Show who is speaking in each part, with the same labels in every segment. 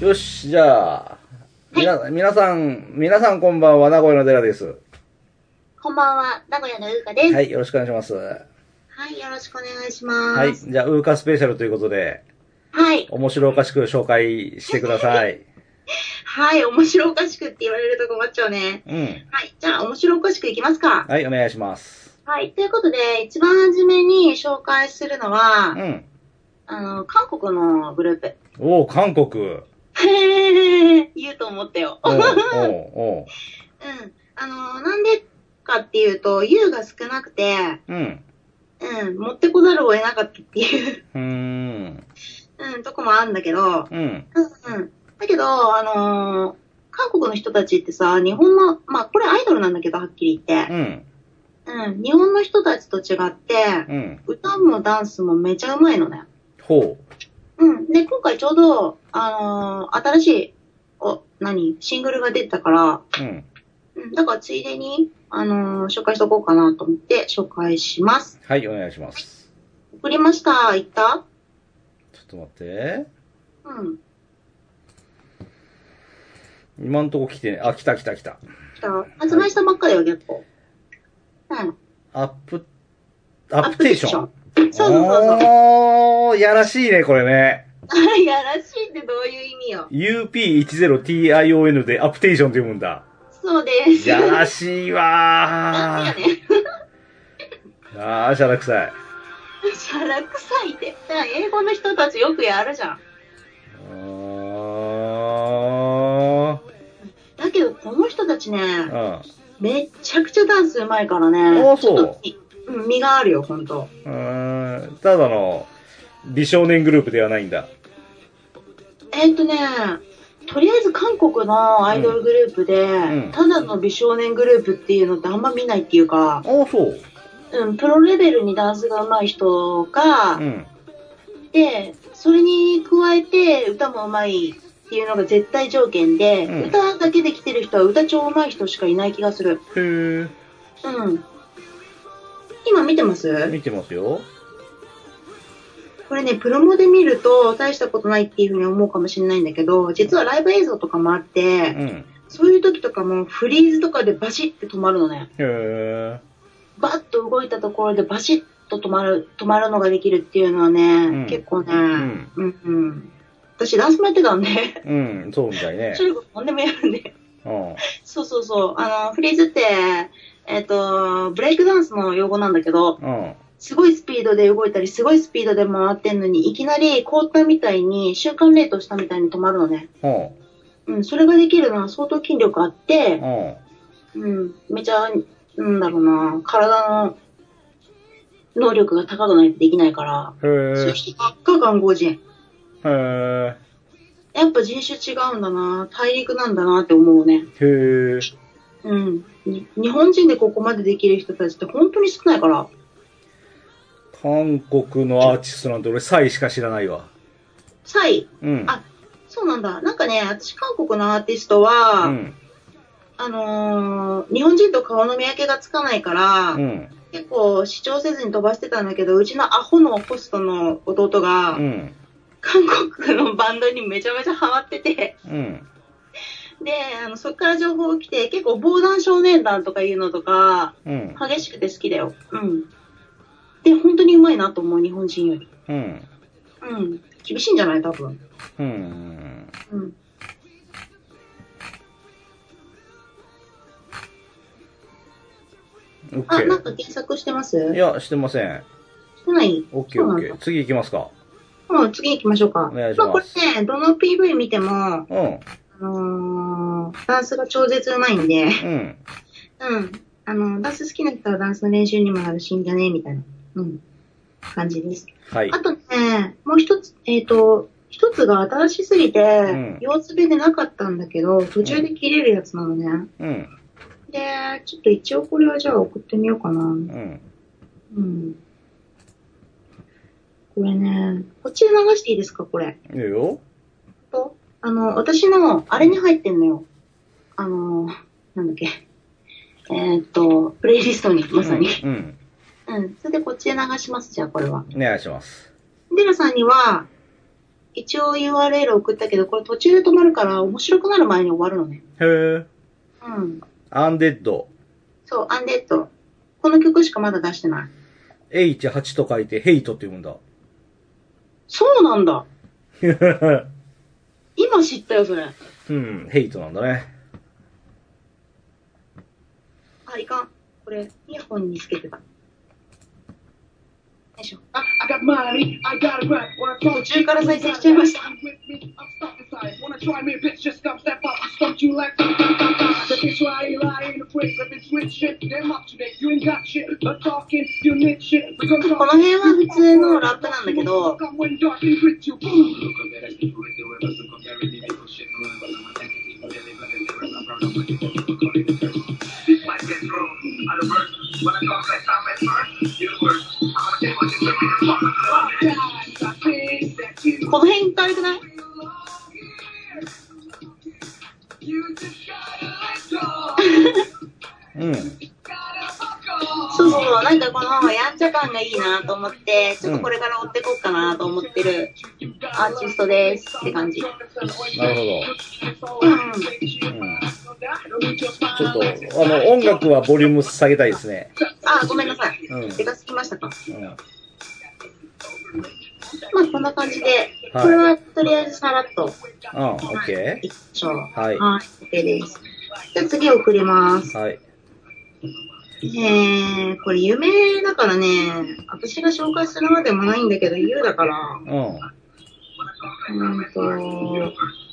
Speaker 1: よし、じゃあ、みな、皆さん、皆さんこんばんは、名古屋の寺です。
Speaker 2: こんばんは、名古屋のうかです。は、
Speaker 1: はいい、よろしくお願いします。は
Speaker 2: よろしくお願いしま
Speaker 1: い、
Speaker 2: す。
Speaker 1: じゃあ、ウーカスペシャルということで、
Speaker 2: はい。はい、
Speaker 1: 面白おかしく紹介してください。
Speaker 2: はい、面白おかしくって言われると困っちゃうね。
Speaker 1: うん。
Speaker 2: はい、じゃあ面白おかしくいきますか。
Speaker 1: はい、お願いします。
Speaker 2: はい、ということで、一番初めに紹介するの
Speaker 1: う
Speaker 2: は、
Speaker 1: ん。
Speaker 2: あの、韓国のグループ。
Speaker 1: おう、韓国。
Speaker 2: へー、 言うと思ったよ。
Speaker 1: おう、おう、おう。
Speaker 2: うん。あの、なんでかっていうと、優が少なくて、
Speaker 1: うん。
Speaker 2: うん、持ってこざるを得なかったっていう、
Speaker 1: うーん。
Speaker 2: うん、とこもあるんだけど、
Speaker 1: うん。
Speaker 2: うんうん。だけど、あのー韓国の人たちってさ、日本の、まあこれアイドルなんだけど、はっきり言っ
Speaker 1: う
Speaker 2: て。
Speaker 1: ん。
Speaker 2: うん。日本の人たちと違って、
Speaker 1: うん。
Speaker 2: 歌もダンスもめちゃうまいのね。
Speaker 1: ほ
Speaker 2: うん。で、今回ちょうど、あのー新しい、お、何シングルが出たから、
Speaker 1: う。うん。
Speaker 2: うん。だからついでに、あのー紹介しとこうかなと思って紹介します。
Speaker 1: はい、お願いします。
Speaker 2: 送りました。行った
Speaker 1: ちょっと待って。
Speaker 2: うん。
Speaker 1: 今んとこ来てね。あ、来た来た来た。
Speaker 2: 来た。発売したばっかだよ、結構。うん。
Speaker 1: アップ、アップテーション。
Speaker 2: アップテーション。そうそうそうそう。
Speaker 1: おー、やらしいね、これね。
Speaker 2: あ やらしいってどういう意味よ。
Speaker 1: UP10tion でアップテーションって読むんだ。
Speaker 2: そうです。
Speaker 1: やらしい
Speaker 2: なん
Speaker 1: わ
Speaker 2: でやねん。
Speaker 1: ー。あー、しゃらくさい。
Speaker 2: シャラ臭いって。だから英語の人たちよくやるじゃん。
Speaker 1: あ
Speaker 2: だけど、この人たちね、
Speaker 1: ー。
Speaker 2: めっちゃくちゃダンスうまいから
Speaker 1: あ
Speaker 2: ね。
Speaker 1: そう
Speaker 2: ちょっとみうん身があるよ、ほんと。
Speaker 1: うん。うーん。ただの、美少年グループではないんだ。
Speaker 2: えーっ、とね、とりあえず韓国のアイドルグループで、
Speaker 1: ん
Speaker 2: ただの美少年グループっていうのってあんま見ないっていうか、
Speaker 1: あー、そう。
Speaker 2: うん、プロレベルにダンスが上手い人が
Speaker 1: う、ん。
Speaker 2: でそれに加えて歌もうまいっていうのが絶対条件で、
Speaker 1: うん
Speaker 2: 歌だけで来てる人は歌超うまい人しかいない気がする
Speaker 1: へー。
Speaker 2: うん今見てます
Speaker 1: 見てますよ。
Speaker 2: これねプロモで見ると大したことないっていうふうに思うかもしれないんだけど実はライブ映像とかもあっ
Speaker 1: う
Speaker 2: て
Speaker 1: ん。
Speaker 2: そういう時とかもフリーズとかでバシッて止まるのね
Speaker 1: へー。
Speaker 2: バッと動いたところでバシッと止まる止まるのができるっていうのはね、
Speaker 1: ん
Speaker 2: 結構ね、
Speaker 1: うん。
Speaker 2: うんうん私ダンスもやってたんで
Speaker 1: うん。そうみたいね。
Speaker 2: 中国何でもやるんで
Speaker 1: うん。
Speaker 2: そうそうそう。あの、フリーズって、えっ、と、ブレイクダンスの用語なんだけど、
Speaker 1: うん。
Speaker 2: すごいスピードで動いたり、すごいスピードで回ってんのに、いきなり凍ったみたいに、瞬間冷凍したみたいに止まるのね。
Speaker 1: うん。
Speaker 2: うん、それができるのは相当筋力あって、
Speaker 1: うん。
Speaker 2: うん、めちゃ、なんだろうな、体の能力が高くないとできないから、
Speaker 1: へー。
Speaker 2: そういう人ばっか韓国人。
Speaker 1: へー。
Speaker 2: やっぱ人種違うんだな、大陸なんだなって思うね。
Speaker 1: へえ。
Speaker 2: うん。に日本人でここまでできる人たちって本当に少ないから。
Speaker 1: 韓国のアーティストなんて俺、サイしか知らないわ。
Speaker 2: サイ、
Speaker 1: うん。
Speaker 2: あそうなんだ。なんかね、私、韓国のアーティスト
Speaker 1: う
Speaker 2: は、
Speaker 1: ん。
Speaker 2: あのー日本人と顔の見分けがつかないから、
Speaker 1: うん。
Speaker 2: 結構主張せずに飛ばしてたんだけど、うちのアホのホストの弟が、
Speaker 1: うん。
Speaker 2: 韓国のバンドにめちゃめちゃハマってて、
Speaker 1: うん。
Speaker 2: で、あのそっから情報が来て、結構防弾少年団とかいうのとか、
Speaker 1: うん。
Speaker 2: 激しくて好きだよ。うん。で、本当にうまいなと思う、日本人より。
Speaker 1: うん。
Speaker 2: うん。厳しいんじゃない多分。
Speaker 1: うん。
Speaker 2: うん。
Speaker 1: オッ
Speaker 2: あ、
Speaker 1: ケ
Speaker 2: なん
Speaker 1: ー。
Speaker 2: か検索してますし
Speaker 1: いや、してません。
Speaker 2: てない
Speaker 1: オッケーオッケー。次行きますか。
Speaker 2: もう次行きましょうか。
Speaker 1: お願いし
Speaker 2: ま
Speaker 1: ます
Speaker 2: あこれね、どの PV 見ても、あ
Speaker 1: うん。
Speaker 2: のーダンスが超絶うまいんで、
Speaker 1: うん。
Speaker 2: うん。あの、ダンス好きな人はダンスの練習にもなるしいいんじゃねみたいな、うん、感じです。
Speaker 1: はい
Speaker 2: あ。とね、もう一つ、えっ、と、一つが新しすぎて、
Speaker 1: ん
Speaker 2: 様子べでなかったんだけど、途中で切れるやつなのね。
Speaker 1: うん。
Speaker 2: で、ちょっと一応これはじゃあ送ってみようかな。
Speaker 1: うん。
Speaker 2: うん。これね、こっちで流していいですか、これ。
Speaker 1: いいよ。
Speaker 2: と、あの、私の、あれに入ってんのよ。あの、なんだっけ。えーっと、プレイリストに、まさに。
Speaker 1: うん。
Speaker 2: うん。それでこっちで流します、じゃあこれは。
Speaker 1: お願いします。
Speaker 2: デラさんには、一応 URL 送ったけど、これ途中で止まるから面白くなる前に終わるのね。
Speaker 1: へえ。
Speaker 2: うん。
Speaker 1: アンデッド。
Speaker 2: そう、アンデッド。この曲しかまだ出してない。
Speaker 1: H8 と書いてヘイトって読むんだ。
Speaker 2: そうなんだ。今知ったよ、それ。
Speaker 1: うん、ヘイトなんだね。
Speaker 2: あ、いかん。これ、イヤホンにつけてた。よいしょ。あ、
Speaker 3: I got money, I got a rap, where I come
Speaker 2: 途中から再生しちゃいました。
Speaker 3: I'm with me, I'm stuck inside. Wanna try me, bitch, just come step up, stump you like Let me try, lie in the quick, let me switch shit, them up today, you ain't got shit, not talking, you need shit, we gon'
Speaker 2: この
Speaker 3: talk.
Speaker 2: 辺は普通のラップなんだけど、
Speaker 3: Come when dark and with you, boom.
Speaker 2: この辺軽くない
Speaker 1: うん。
Speaker 2: そうそうそう、なんかこのやんちゃ感がいいなと思って、ちょっとこれから追ってこうかなと思ってるアーティストですって感じ。
Speaker 1: なるほ
Speaker 2: うん。
Speaker 1: ど。うん。ちょっと、あの、音楽はボリューム下げたいですね。
Speaker 2: あ、ごめんなさい。
Speaker 1: うん
Speaker 2: 手がつきましたか。
Speaker 1: うん。
Speaker 2: まあこんな感じで、
Speaker 1: はい
Speaker 2: これはとりあえずさらっ
Speaker 1: う
Speaker 2: と。
Speaker 1: ん、オッケ
Speaker 2: いきましょう。
Speaker 1: はい
Speaker 2: はい、OK です。じゃあ次送ります。
Speaker 1: ー。はい。
Speaker 2: えー、これ有名だからね、私が紹介するまでもないんだけど、優だから、
Speaker 1: うん。
Speaker 2: うーんと、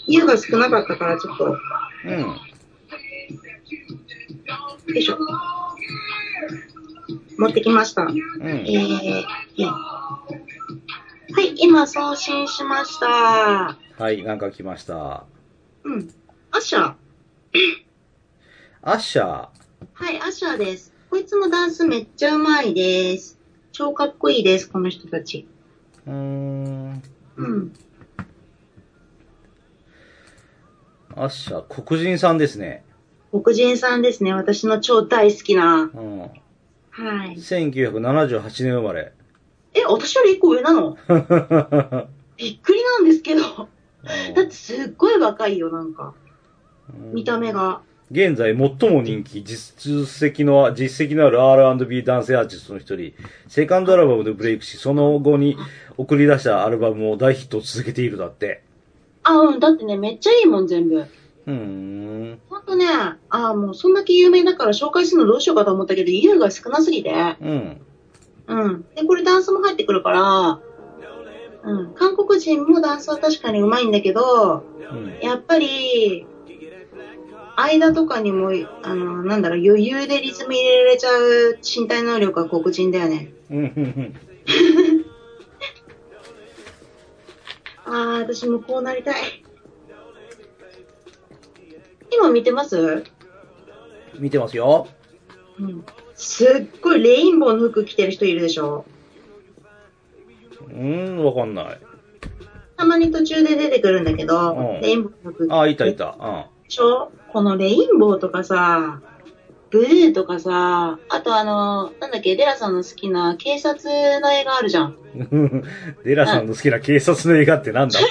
Speaker 2: 優が少なかったからちょっと、よ
Speaker 1: うん。
Speaker 2: いしょ。持ってきました。
Speaker 1: う
Speaker 2: え
Speaker 1: ん
Speaker 2: ー、。えーはい、今送信しました。
Speaker 1: はい、なんか来ました。
Speaker 2: うん。アッシャー。
Speaker 1: アッシャー。
Speaker 2: はい、アッシャーです。こいつもダンスめっちゃうまいです。超かっこいいです、この人たち。
Speaker 1: うーん。
Speaker 2: うん。
Speaker 1: アッシャー、黒人さんですね。
Speaker 2: 黒人さんですね。私の超大好きな。
Speaker 1: うん。
Speaker 2: はい。
Speaker 1: 1978年生まれ。
Speaker 2: え、私より一個上なの
Speaker 1: う
Speaker 2: びっくりなんですけど。
Speaker 1: ん
Speaker 2: だってすっごい若いよ、なんか。 見た目が。
Speaker 1: 現在最も人気、実績の、実績のある R&B 男性アーティストの一人、セカンドアルバムでブレイクし、その後に送り出したアルバムも大ヒットを続けているだって。
Speaker 2: あ、うん、だってね、めっちゃいいもん、全部。
Speaker 1: うーん。
Speaker 2: ほんとね、あもうそんだけ有名だから紹介するのどうしようかと思ったけど、優が少なすぎて。
Speaker 1: うん。
Speaker 2: うん。で、これダンスも入ってくるから、うん。韓国人もダンスは確かに上手いんだけど、
Speaker 1: うん。
Speaker 2: やっぱり、間とかにも、あの、なんだろう、余裕でリズム入れられちゃう身体能力は黒人だよね。
Speaker 1: うん。うん。
Speaker 2: ああ、私もこうなりたい。今見てます
Speaker 1: 見てますよ。
Speaker 2: うん。すっごいレインボーの服着てる人いるでしょ
Speaker 1: うーん、わかんない。
Speaker 2: たまに途中で出てくるんだけど、
Speaker 1: うん
Speaker 2: レインボーの服着てる
Speaker 1: あ、いたいた。うん。
Speaker 2: でしょこのレインボーとかさ、ブルーとかさ、あとあの、なんだっけ、デラさんの好きな警察の映画あるじゃん。
Speaker 1: デラさんの好きな警察の映画ってなんだ
Speaker 2: あ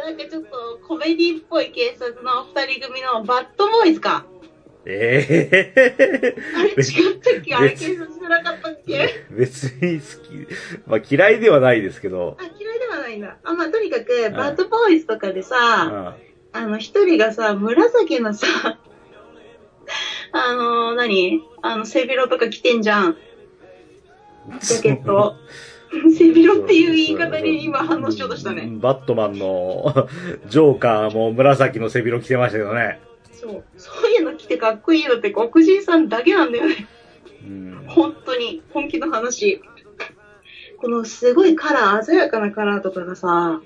Speaker 2: の、なんかちょっとコメディっぽい警察の二人組のバッドボーイズか。
Speaker 1: ええ
Speaker 2: あれ違ったっけあれ
Speaker 1: 別
Speaker 2: 警察じゃなかったっけ
Speaker 1: 別に好き、まあ嫌いではないですけど。
Speaker 2: あ、嫌いではないんだ。あ、まあ、とにかく、バッドボーイズとかで
Speaker 1: う
Speaker 2: さ、
Speaker 1: ん。
Speaker 2: あの、一人がさ、紫のさ、あの、何あの、背広とか着てんじゃん。ジャケット。背広っていう言い方に今反応しようとしたね。
Speaker 1: んバットマンのジョーカーも紫の背広着てましたけどね。
Speaker 2: そう。そういうの着てかっこいいのって黒人さんだけなんだよね。
Speaker 1: うん。
Speaker 2: 本当に。本気の話。このすごいカラー、鮮やかなカラーとかがさ、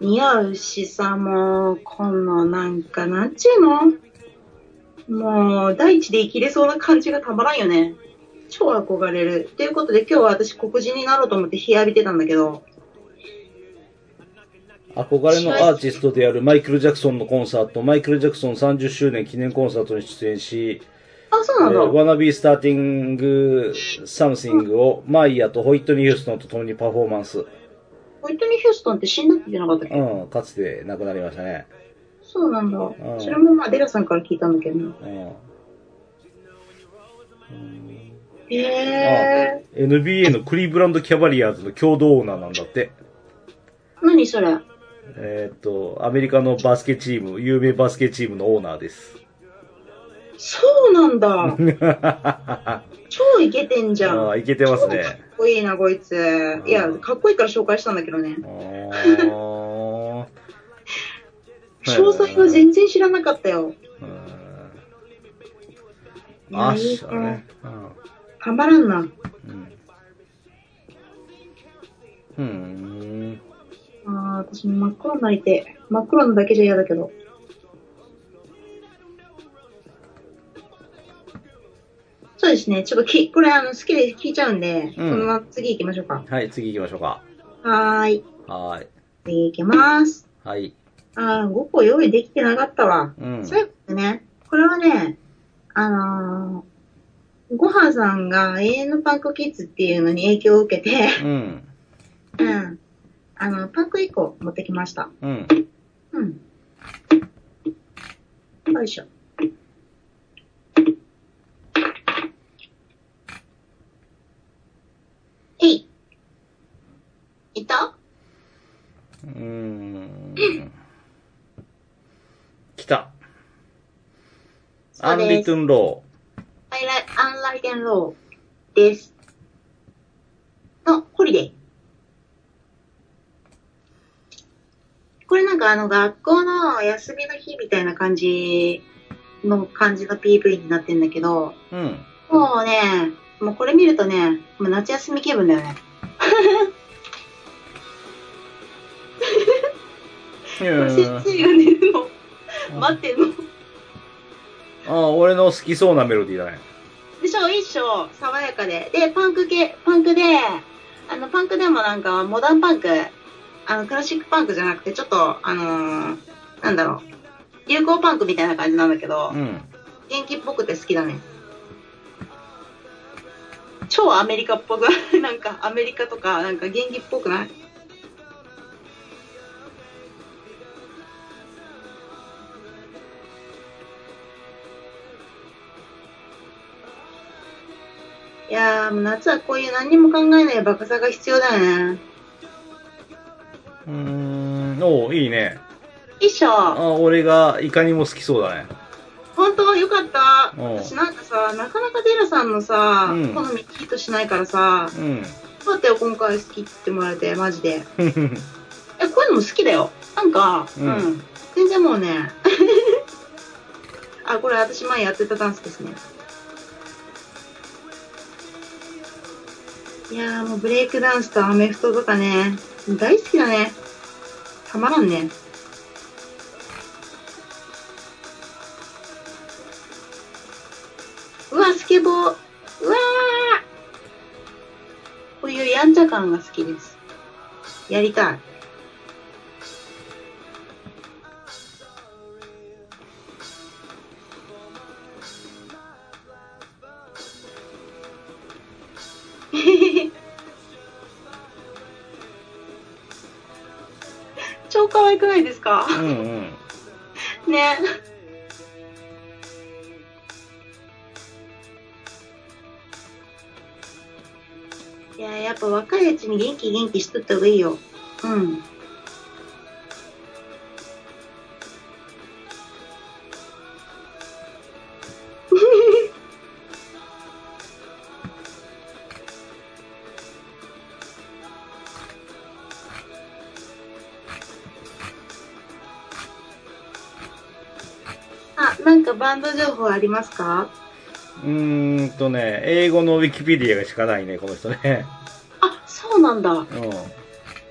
Speaker 2: 似合うしさ、もう、このなんか、なんちゅうのもう、大地で生きれそうな感じがたまらんよね。超憧れる。ということで今日は私黒人になろうと思って日浴びてたんだけど、
Speaker 1: 憧れのアーティストであるマイケル・ジャクソンのコンサート、マイケル・ジャクソン30周年記念コンサートに出演し、
Speaker 2: あ、そうなんだ。
Speaker 1: ワナビースターティング・サムシングをマイヤとホイットニー・ヒューストンと共にパフォーマンス。
Speaker 2: ホイットニー・ヒューストンって死んだって言ってなかったっけ、
Speaker 1: うん、かつて亡くなりましたね。
Speaker 2: そうなんだ。
Speaker 1: ん
Speaker 2: それもまあ、デラさんから聞いたんだけどな。
Speaker 1: うん。
Speaker 2: へえ。
Speaker 1: NBA のクリーブランド・キャバリアーズの共同オーナーなんだって。
Speaker 2: 何それ
Speaker 1: えーっと、アメリカのバスケチーム、有名バスケチームのオーナーです。
Speaker 2: そうなんだ。
Speaker 1: あ
Speaker 2: 超イケてんじゃん。
Speaker 1: あ、いけてますね。
Speaker 2: かっこいいな、こいつ。
Speaker 1: ん
Speaker 2: いや、かっこいいから紹介したんだけどね。
Speaker 1: 詳
Speaker 2: 詳細は全然知らなかったよ。
Speaker 1: あっしゃね。うん
Speaker 2: たまらんな。
Speaker 1: うん。
Speaker 2: ああ、私も真っ黒になりてえ。真っ黒のだけじゃ嫌だけど。そうですね。ちょっとき、これあの、好きで聞いちゃうんで、このまま次行きましょうか。
Speaker 1: はい、次行きましょうか。
Speaker 2: はーい。
Speaker 1: はーい。
Speaker 2: 次行きます。
Speaker 1: はい。
Speaker 2: ああ、5個用意できてなかったわ。
Speaker 1: うん。
Speaker 2: そういうことね。これはね、あのー、ごはさんが永遠のパンクキッズっていうのに影響を受けて、
Speaker 1: うん。
Speaker 2: うん。あの、パンク1個持ってきました。
Speaker 1: うん。
Speaker 2: うん。よいしょ。えい。いた
Speaker 1: うん。来た。
Speaker 2: そ
Speaker 1: ア
Speaker 2: う
Speaker 1: ンリ
Speaker 2: です
Speaker 1: ト。ゥンロ
Speaker 2: アイライアンライテンローです。の、ホリデー。これなんかあの学校の休みの日みたいな感じの感じの PV になってんだけど、
Speaker 1: ー。うん。
Speaker 2: もうね、もうこれ見るとね、もう夏休み気分だよね。 先生が寝るの、待ってるの。
Speaker 1: ああ、俺の好きそうなメロディーだね。
Speaker 2: でしょ、一緒、爽やかで。で、パンク系、パンクで、あの、パンクでもなんか、モダンパンク、あの、クラシックパンクじゃなくて、ちょっと、あのーなんだろう、流行パンクみたいな感じなんだけど、
Speaker 1: うん。
Speaker 2: 元気っぽくて好きだね。超アメリカっぽく、 なんか、アメリカとか、なんか元気っぽくないいやー、もう夏はこういう何にも考えないバカさが必要だよね。
Speaker 1: うーん。おういいね。
Speaker 2: 一緒
Speaker 1: あ俺がいかにも好きそうだね。
Speaker 2: 本当よかった。
Speaker 1: うん
Speaker 2: 私なんかさ、なかなかデラさんのさ、
Speaker 1: うん
Speaker 2: 好みヒットしないからさ、
Speaker 1: うん。
Speaker 2: そうだったよ、今回好きって言ってもらえて、マジで。え、こういうのも好きだよ。なんか、
Speaker 1: う
Speaker 2: うんん。全然もうね。 あ、これ私前やってたダンスですね。いやーもうブレイクダンスとアメフトとかね、大好きだね。たまらんね。うわ、スケボー。うわーこういうやんちゃ感が好きです。やりたい。 超可愛くないですか
Speaker 1: うんうん。
Speaker 2: ね。いや、やっぱ若いうちに元気元気しとった方がいいよ。うん。あ、なんかバンド情報ありますか
Speaker 1: うーんとね、英語のウィキペディアがしかないね、この人ね。
Speaker 2: あ、そうなんだ。
Speaker 1: う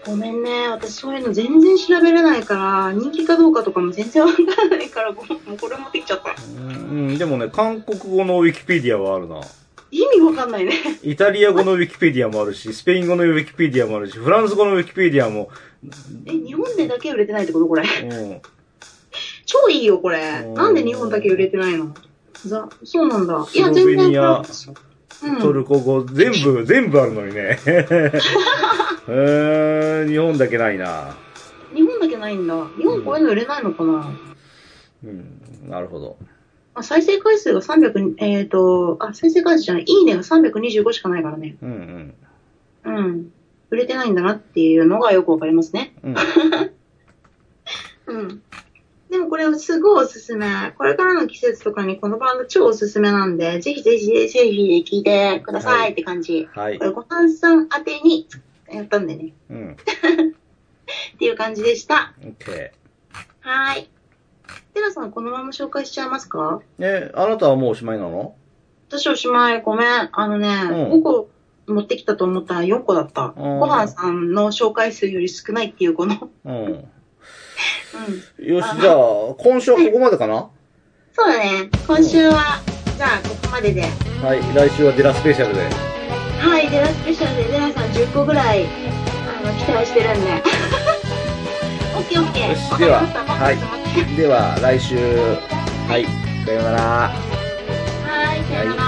Speaker 2: ごめんね。私そういうの全然調べれないから、人気かどうかとかも全然わからないから、ごめんもうこれ持ってきちゃった。
Speaker 1: ん。うん、でもね、韓国語のウィキペディアはあるな。
Speaker 2: 意味わかんないね。
Speaker 1: イタリア語のウィキペディアもあるし、スペイン語のウィキペディアもあるし、フランス語のウィキペディアも、
Speaker 2: え、日本でだけ売れてないってことこれ。
Speaker 1: うん。
Speaker 2: 超いいよ、これ。
Speaker 1: うん
Speaker 2: なんで日本だけ売れてないのざ、そうなんだ。い
Speaker 1: ス
Speaker 2: や、
Speaker 1: ロ
Speaker 2: 全
Speaker 1: ベ
Speaker 2: 然
Speaker 1: ニア、
Speaker 2: うん
Speaker 1: トルコ語、全部、全部あるのにね。えー、れ日本だけないな。
Speaker 2: 日本だけないんだ。日本こういうの売れないのかな、ま
Speaker 1: うん、なるほど。
Speaker 2: あ、再生回数が300、えっ、と、あ、再生回数じゃない、いいねが325しかないからね。
Speaker 1: うんうん。
Speaker 2: うん。売れてないんだなっていうのがよくわかりますね。
Speaker 1: うん、
Speaker 2: うん。でもこれすごいおすすめ。これからの季節とかにこのバンド超おすすめなんで、ぜひぜひぜひぜひ聴いてくださいって感じ。
Speaker 1: はい
Speaker 2: こ。れご飯さん宛てにやったんでね。
Speaker 1: うん。
Speaker 2: っていう感じでした。
Speaker 1: オッケ
Speaker 2: はーい。テラさんこのまま紹介しちゃいますか
Speaker 1: ー。え、あなたはもうおしまいなの
Speaker 2: 私おしまい。ごめん。あのね、
Speaker 1: ん
Speaker 2: 5個持ってきたと思ったら4個だった。
Speaker 1: うん
Speaker 2: ご飯さんの紹介数より少ないっていう この。うん。
Speaker 1: うん。よし、じゃあ、今週はここまでかな
Speaker 2: そうだね。今週は、じゃあここまでで。
Speaker 1: はい。来週はデラスペシャルで。
Speaker 2: はい、デラスペシャルでデラさん10個ぐらい、あの、期待してるんで。 オッケーオッケー。
Speaker 1: よしでは
Speaker 2: わかりました
Speaker 1: はい
Speaker 2: は
Speaker 1: では、来週。はい。さようなら。
Speaker 2: い、さよなら。